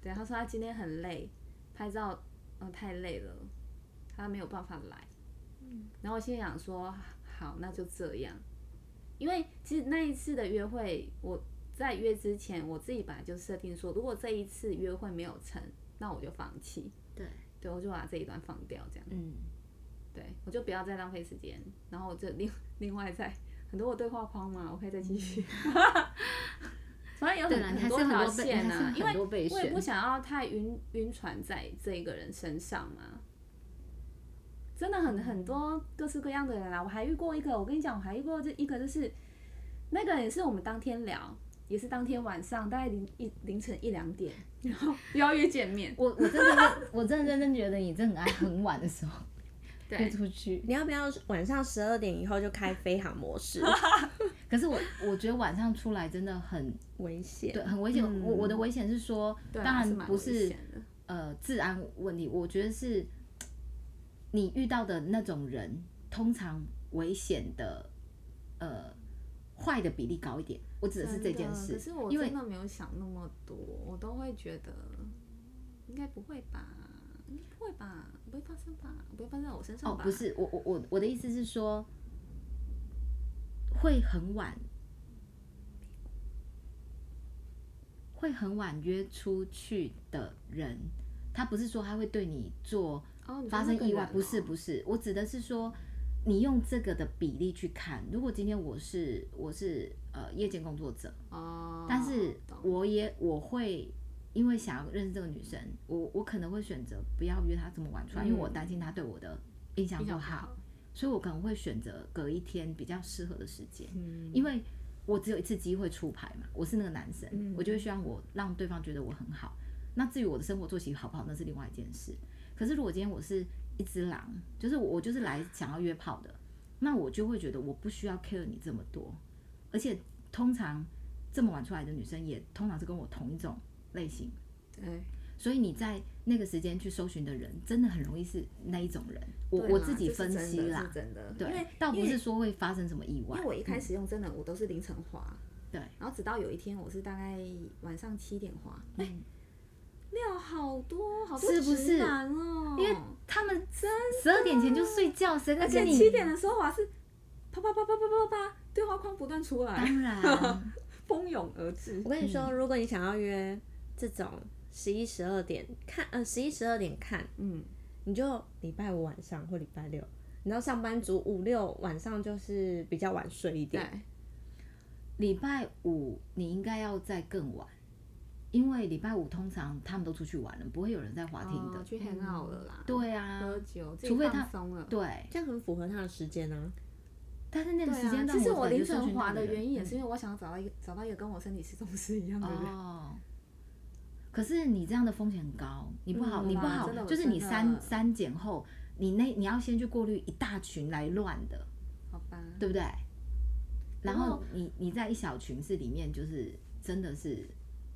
对，他说他今天很累，拍照嗯、呃太累了，他没有办法来。嗯，然后我心里想说：“好，那就这样。”因为其实那一次的约会，我在约之前，我自己本来就设定说，如果这一次约会没有成，那我就放弃。
对，
对，我就把这一段放掉，这样。
嗯，
对，我就不要再浪费时间，然后我就另 另外再很多我对话框嘛，我可以再继续。 所以有
嗯对
很
啦，你还是
很多
很
条
多备，
线
你
啊
还，是
因
很
为
多备
我也
选，
不，想要太晕晕船在这一个人身上嘛。真的很很多各式各样的人啊，我还遇过一个，我跟你讲，我还遇过这一个，就是那个人也是我们当天聊，也是当天晚上大概凌一凌晨一两点，然后 邀约见面
我我真的认我真的认真觉得你真的很爱很晚的时候约
对，
出去，
你要不要晚上十二点以后就开飞行 模式？
可是我我觉得晚上出来真的很
危险，
对，很危险。我我的危险是说，
嗯对啊
当然
蛮
不
危
是
险的
呃治安问题，我觉得是你遇到的那种人，通常危险的呃坏的比例高一点。我指的是这件
真的
事，
可是我
因为
真的没有想那么多，我都会觉得应该不会吧，应该不会吧，不会发生吧，不会发生在我身上
哦
吧？
不，是我我我我的意思是说，会很晚会很晚约出去的人，他不是说他会对你做
哦，
发生意外，不是不
是，
是，我指的是说，你用这个的比例去看。如果今天我是我是呃夜间工作者，
哦，
但是
懂
我也我会因为想要认识这个女生，我我可能会选择不要约她这么晚出来，因为我担心她对我的嗯印象
比
不
较
好，
好，
所以我可能会选择隔一天比较适合的时间，
嗯，
因为我只有一次机会出牌嘛，我是那个男生，
嗯
我就会希望我让对方觉得我很好。那至于我的生活作息好不好，那是另外一件事。可是如果今天我是一只狼，就是我我就是来想要约炮的，那我就会觉得我不需要 care 你这么多。而且通常这么晚出来的女生也通常是跟我同一种类型，
对，
所以你在那个时间去搜寻的人，真的很容易是那一种人。我
对
我
啦
自己
这是
分
真的
析
是
啦，
真的，因
对
为，
倒
因
不
为
是说会发生什么意外。
因为我一开始用真的，我都是凌晨滑，
对，
然后直到有一天，我是大概晚上七点滑，哎、料好多，好多
嗯是不是
直男哦，
因为他们十二点前就睡觉，谁
而
敢
且
跟你？
七点的时候滑是啪啪啪啪啪啪啪，对话框不断出来，
当然，
蜂拥而至
我，跟你
嗯
说，如果你想要约这种十一、十二点看，呃，十一、十二点看，
嗯，
你就礼拜五晚上或礼拜六。你知道上班族五六晚上就是比较晚睡一
对
点，，
礼拜五你应该要再更晚，因为礼拜五通常他们都出去玩了，不会有人在滑
哦
厅的。
去 hang out 了啦，
对啊，
喝酒，自己
除非他
放松了，
对，啊
这样很符合他的时间啊。
但是那个
对
时间
啊，
段
其实
我
我
感觉
凌
搜
晨
寻
滑
到
的嗯
人
原因也是因为我想要找到一个找到一个跟我身体失重是一样的人，
哦。可是你这样的风险很高，你不好，
嗯
你不
哇
好
真的，我
就是
真
你
的
删删减后，你那你要先去过滤一大群来乱的，
好吧，
对不对？然
后
后你你在一小群是里面，就是真的是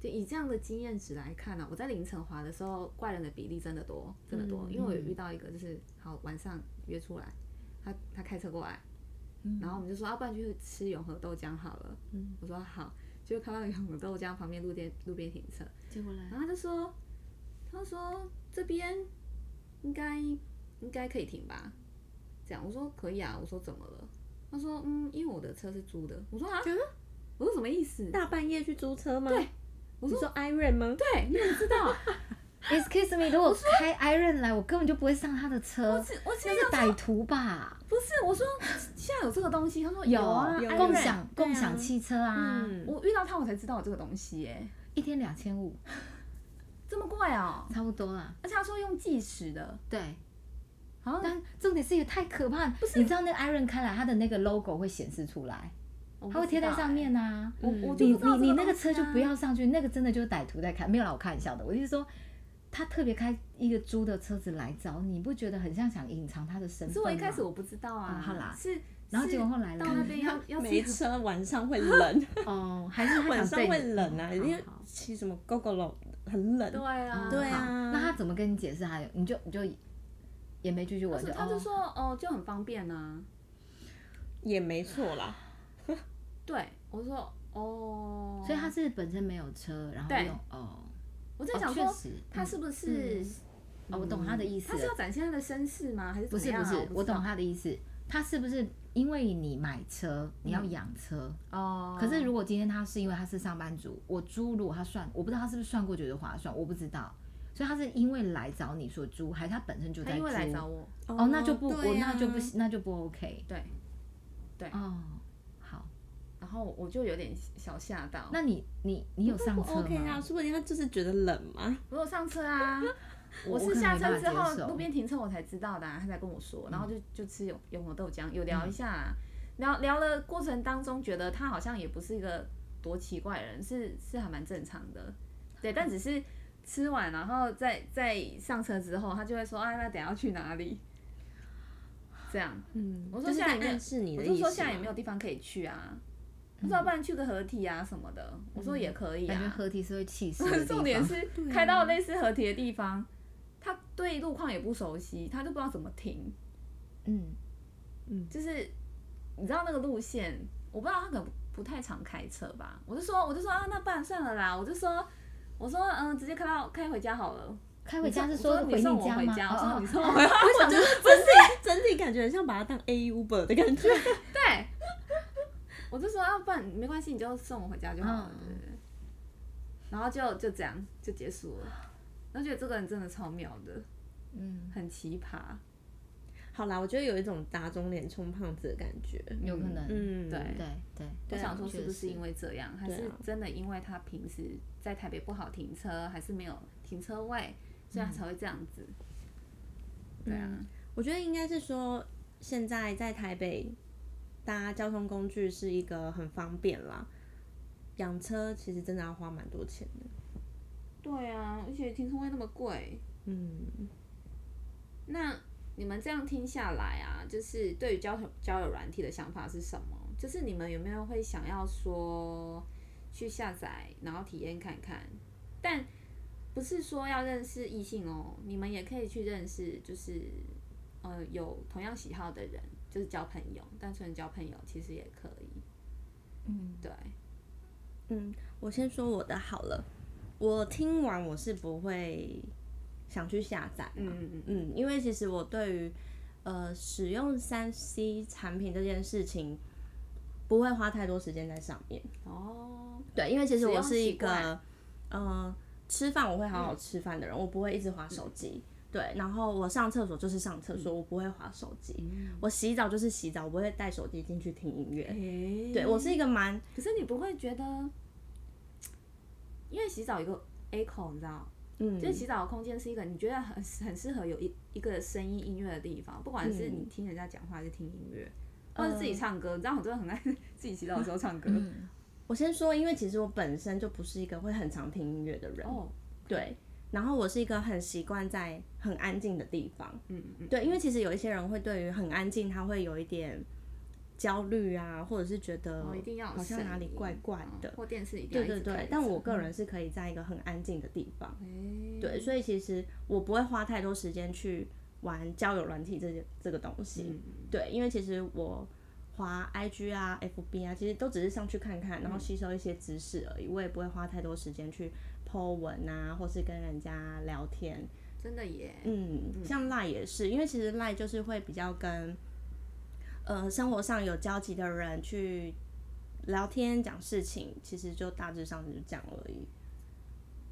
就以这样的经验值来看啊呢、我在凌晨滑的时候，怪人的比例真的多，真的多。
嗯
因为我有遇到一个，就是好晚上约出来，他他开车过来，
嗯
然后我们就说，要、啊、不然去吃永和豆浆好了。我说好，就看到永和豆浆旁边路边路边停车，
结果来
然后他就说，他就说这边应该应该可以停吧？这样我说可以啊，我说怎么了？他说嗯，因为我的车是租的。我说啊，我说什么意思？
大半夜去租车吗？
对，
我说 Iron 吗？
对，你怎么知道？
Excuse me，如果开 Iron 来，我根本就不会上他的车，
是我
那
现在
是歹徒吧？
不是，我说现在有这个东西，他说啊，
有
Iron
共享
对啊
共享汽车啊，
嗯，
我遇到他我才知道有这个东西、哎，
一天两千五，
这么贵哦、
差不多啦。
而且他说用计时的，
对，
好像
但重点是也太可怕了，你知道那个 Iron 开来，它的那个 logo 会显示出来，
我不知道
它会贴在上。面啊。
哎我我就
你
不知道
你你那
个
个
东西
车
啊
就不，要上去，那个真的就是歹徒在开，没有啦，我开玩笑的。我就是说，他特别开一个租的车子来找你，不觉得很像想隐藏他的身份
可是
吗？
我一开始我不知道啊，
哦好啦
是，
然后结果后来
是
呢
到那边 要要
没
吃
车，晚上会冷，
哦，还是他
晚
想
上
对
会
你哦
冷啊，
好
因为
好
骑什么 GoGo 楼很冷。
对啊，
对啊
好那他怎么跟你解释？还有你就你就也没继续
他
问，
说他就
哦
说哦就很方便啊，
也没错啦。
对我说哦，
所以他是本身没有车，然后
对
用哦，
我在想
哦确
说
实
他是不是
嗯哦，我懂他的意思
他是要
了，
展现他的绅士吗？还是
不
怎
是
么样
不
啊
是，
我
我
不知道
懂他的意思，他是不是因为你买车，你
嗯
要养车？
哦，
可是如果今天他是因为他是上班族，我租如果他算，我不知道他是不是算过觉得划算，我不知道，所以他是因为来找你所租，还是他本身就
他
在
因
租？
为来找我，
哦，那就不，
对
我
啊
那就不，那就不 OK
对，
哦。好，
然后我就有点小吓到，
那你你你有上
不
车吗？
OK 啊，说不定他就是觉得冷嘛。
我有上车 啊，我
可能
是下
没
车
办
之
法接
后
受嗯
路边停车我才知道的、啊，他才跟我说，然后就就吃永永和豆浆，有聊一下、啊，聊聊了过程当中觉得他好像也不是一个多奇怪的人，是是还蛮正常的，对，但只是吃完然后再再上车之后，他就会说啊，那等下要去 哪里？这样，
嗯，
我
我
说
在
现在也没有
暗示你
我
的
就
意思啊
说
嘛。
现在也没有地方可以去啊，我说要不然去个合体啊什么的，我说也可以啊，
嗯感觉合体是会气死的地方。
重点是
啊
开到类似合体的地方，他对路况也不熟悉，他就不知道怎么停。
嗯，
就是你知道那个路线，我不知道他可能不太常开车吧。我就说，我就说啊，那不然算了啦。我就说，我说嗯，直接开到开回家好了。
开回家是
说
回
你送我
家
回
吗？
家，我说
哦
你
哦
送我回 家。
啊我想就是整体整体感觉很像把它当 A Uber 的感觉。
对，我就说要、啊、不然没关系，你就送我回家就好了。
嗯
对对对然后就就这样就结束了。然后觉得这个人真的超妙的，
嗯，
很奇葩。
好啦，我觉得有一种打肿脸充胖子的感觉。
有可能，
嗯，
对
对对，
我想说
确
是不
实
是因为这样，还
对
是
啊
真的因为他平时在台北不好停车，还是没有停车位，所以他才会这样子。对啊，
我觉得应该是说，现在在台北搭交通工具是一个很方便啦。养车其实真的要花蛮多钱的。
对啊，而且停车位那么贵，
嗯，
那你们这样听下来啊，就是对于交友交友软体的想法是什么？就是你们有没有会想要说去下载，然后体验看看？但不是说要认识异性哦，你们也可以去认识，就是呃有同样喜好的人，就是交朋友，单纯交朋友其实也可以。哎
嗯，
对，
嗯，我先说我的好了。我听完我是不会想去下载嘛，
嗯嗯嗯
嗯，因为其实我对于呃使用三 C 产品这件事情，不会花太多时间在上面。
哦，
对，因为其实
使
我
用
是一
习惯嗯
个，呃，吃饭我会好好吃饭的人，我不会一直划手机。对，然后我上厕所就是上厕所，
嗯
我不会划手机。我洗澡就是洗澡，我不会带手机进去听音乐。
诶、
对我是一个蛮
可是你不会觉得，因为洗澡有一个 A 口，你知道？
嗯，
就是洗澡的空间是一个你觉得很很适合有一一个声音音乐的地方，不管是你听人家讲话还是听音乐，或者自己唱歌。你知道，我真的很爱自己洗澡的时候唱歌。
我先说，因为其实我本身就不是一个会很常听音乐的人。
哦，
对，然后我是一个很习惯在很安静的地方。
嗯嗯，
对，因为其实有一些人会对于很安静，他会有一点焦虑啊，或者是觉得
哦，一定要有
好像
声
哪里
音
怪怪的
嗯。或电视一定要
对
一直
对
开
对
着，嗯
但我个人是可以在一个很安静的地方，
诶
对，所以其实我不会花太多时间去玩交友软体这些这个东西，
嗯
对，因为其实我滑 IG 啊、FB 啊，其实都只是上去看看，然
嗯
后吸收一些知识而已，我也不会花太多时间去 Po 文啊，或是跟人家聊天，
真的耶，
嗯，像赖也是，因为其实赖就是会比较跟，呃，生活上有交集的人去聊天讲事情，其实就大致上就是这样而已。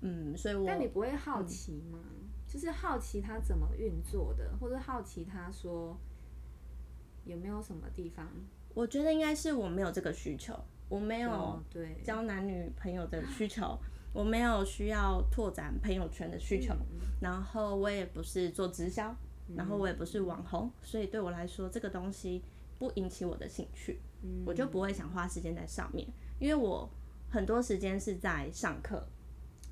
嗯，所以我
但你不会好奇吗？就是好奇他怎么运作的，或者好奇他说有没有什么地方
我觉得应该是我没有这个需求，我没有
哦对
交男女朋友的需求，我没有需要拓展朋友圈的需求，
嗯
然后我也不是做直销，然后我也不是网红，所以对我来说这个东西不引起我的兴趣，
嗯
我就不会想花时间在上面，因为我很多时间是在上课，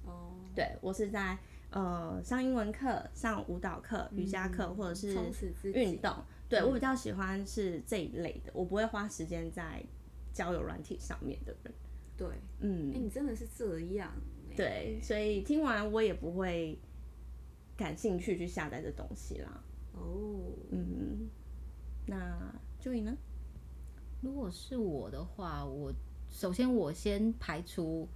哦，
对我是在呃上英文课、上舞蹈课、瑜伽课、或者
嗯
是
充实自己嗯
运动。对我比较喜欢是这一类的，我不会花时间在交友软体上面的人。
对，哎、
嗯，
你真的是这样、欸，
对，所以听完我也不会感兴趣去下载这东西啦。
哦，
嗯，那 Joy 呢？
如果是我的话，我首先我先排除，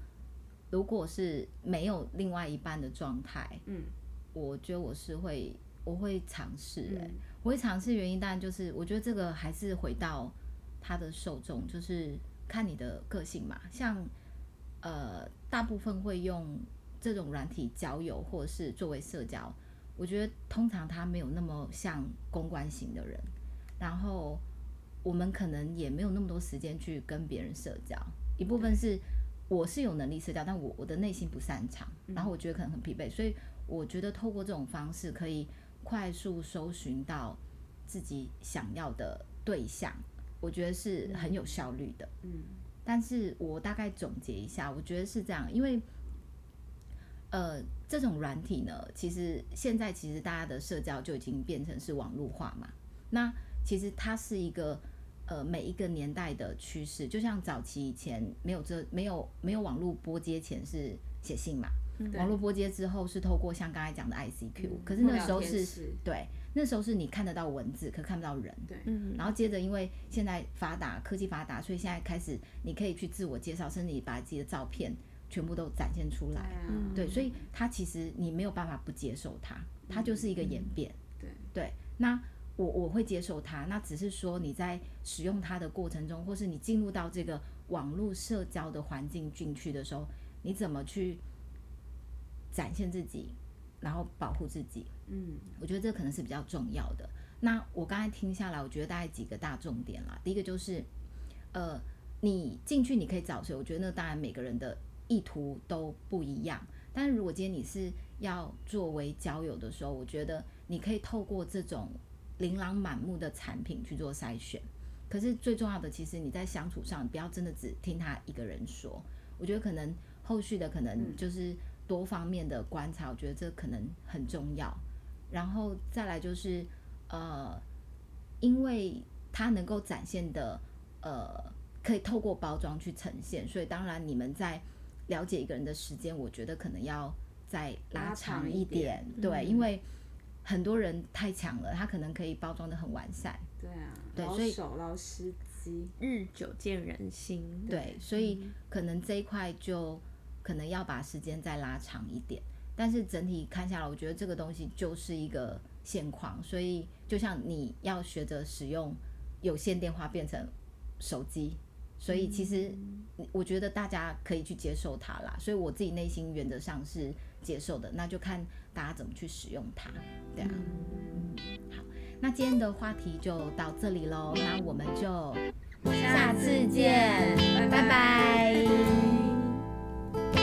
如果是没有另外一半的状态，
嗯，
我觉得我是会，我会尝试、欸，我会尝试原因，当然就是我觉得这个还是回到他的受众，就是看你的个性嘛。像呃，大部分会用这种软体交友或是作为社交，我觉得通常他没有那么像公关型的人，然后我们可能也没有那么多时间去跟别人社交。一部分是我是有能力社交，但我我的内心不擅长，然后我觉得可能很疲惫，所以我觉得透过这种方式可以快速搜寻到自己想要的对象，我觉得是很有效率的。
嗯，
但是我大概总结一下，我觉得是这样，因为呃，这种软体呢，其实现在其实大家的社交就已经变成是网络化嘛。那其实它是一个呃每一个年代的趋势，就像早期以前没有这没有没有网络拨接前是写信嘛，
嗯
网络拨接之后是透过像刚才讲的 ICQ，、可是那时候
或聊
是
天室
对那时候是你看得到文字，可看不到人。
对，
嗯
然后接着，因为现在发达，科技发达，所以现在开始你可以去自我介绍，甚至你把自己的照片全部都展现出
对
来。
啊，
嗯对，所以它其实你没有办法不接受它，它就是一个演变。
对
对，那我我会接受它，那只是说你在使用它的过程中，或是你进入到这个网络社交的环境进去的时候，你怎么去展现自己，然后保护自己。
嗯
我觉得这可能是比较重要的。那我刚才听下来，我觉得大概几个大重点啦。第一个就是，呃，你进去你可以找谁？我觉得那当然每个人的意图都不一样。但是如果今天你是要作为交友的时候，我觉得你可以透过这种琳琅满目的产品去做筛选。可是最重要的，其实你在相处上，你不要真的只听他一个人说。我觉得可能后续的可
嗯
能就是多方面的观察，我觉得这可能很重要。然后再来就是呃，因为它能够展现的呃，可以透过包装去呈现，所以当然你们在了解一个人的时间，我觉得可能要再拉
拉
长
长
一
一
点，
点
对，因为很多人太强了，他可能可以包装的很完善，
对啊，
对
老
所以
手老司机，
日久见人心。
对，所以可能这一块就可能要把时间再拉长一点。但是整体看下来，我觉得这个东西就是一个现况，所以就像你要学着使用有线电话变成手机，所以其实我觉得大家可以去接受它啦。所以我自己内心原则上是接受的，那就看大家怎么去使用它，对啊。那今天的话题就到这里喽，那我们就下次见，拜拜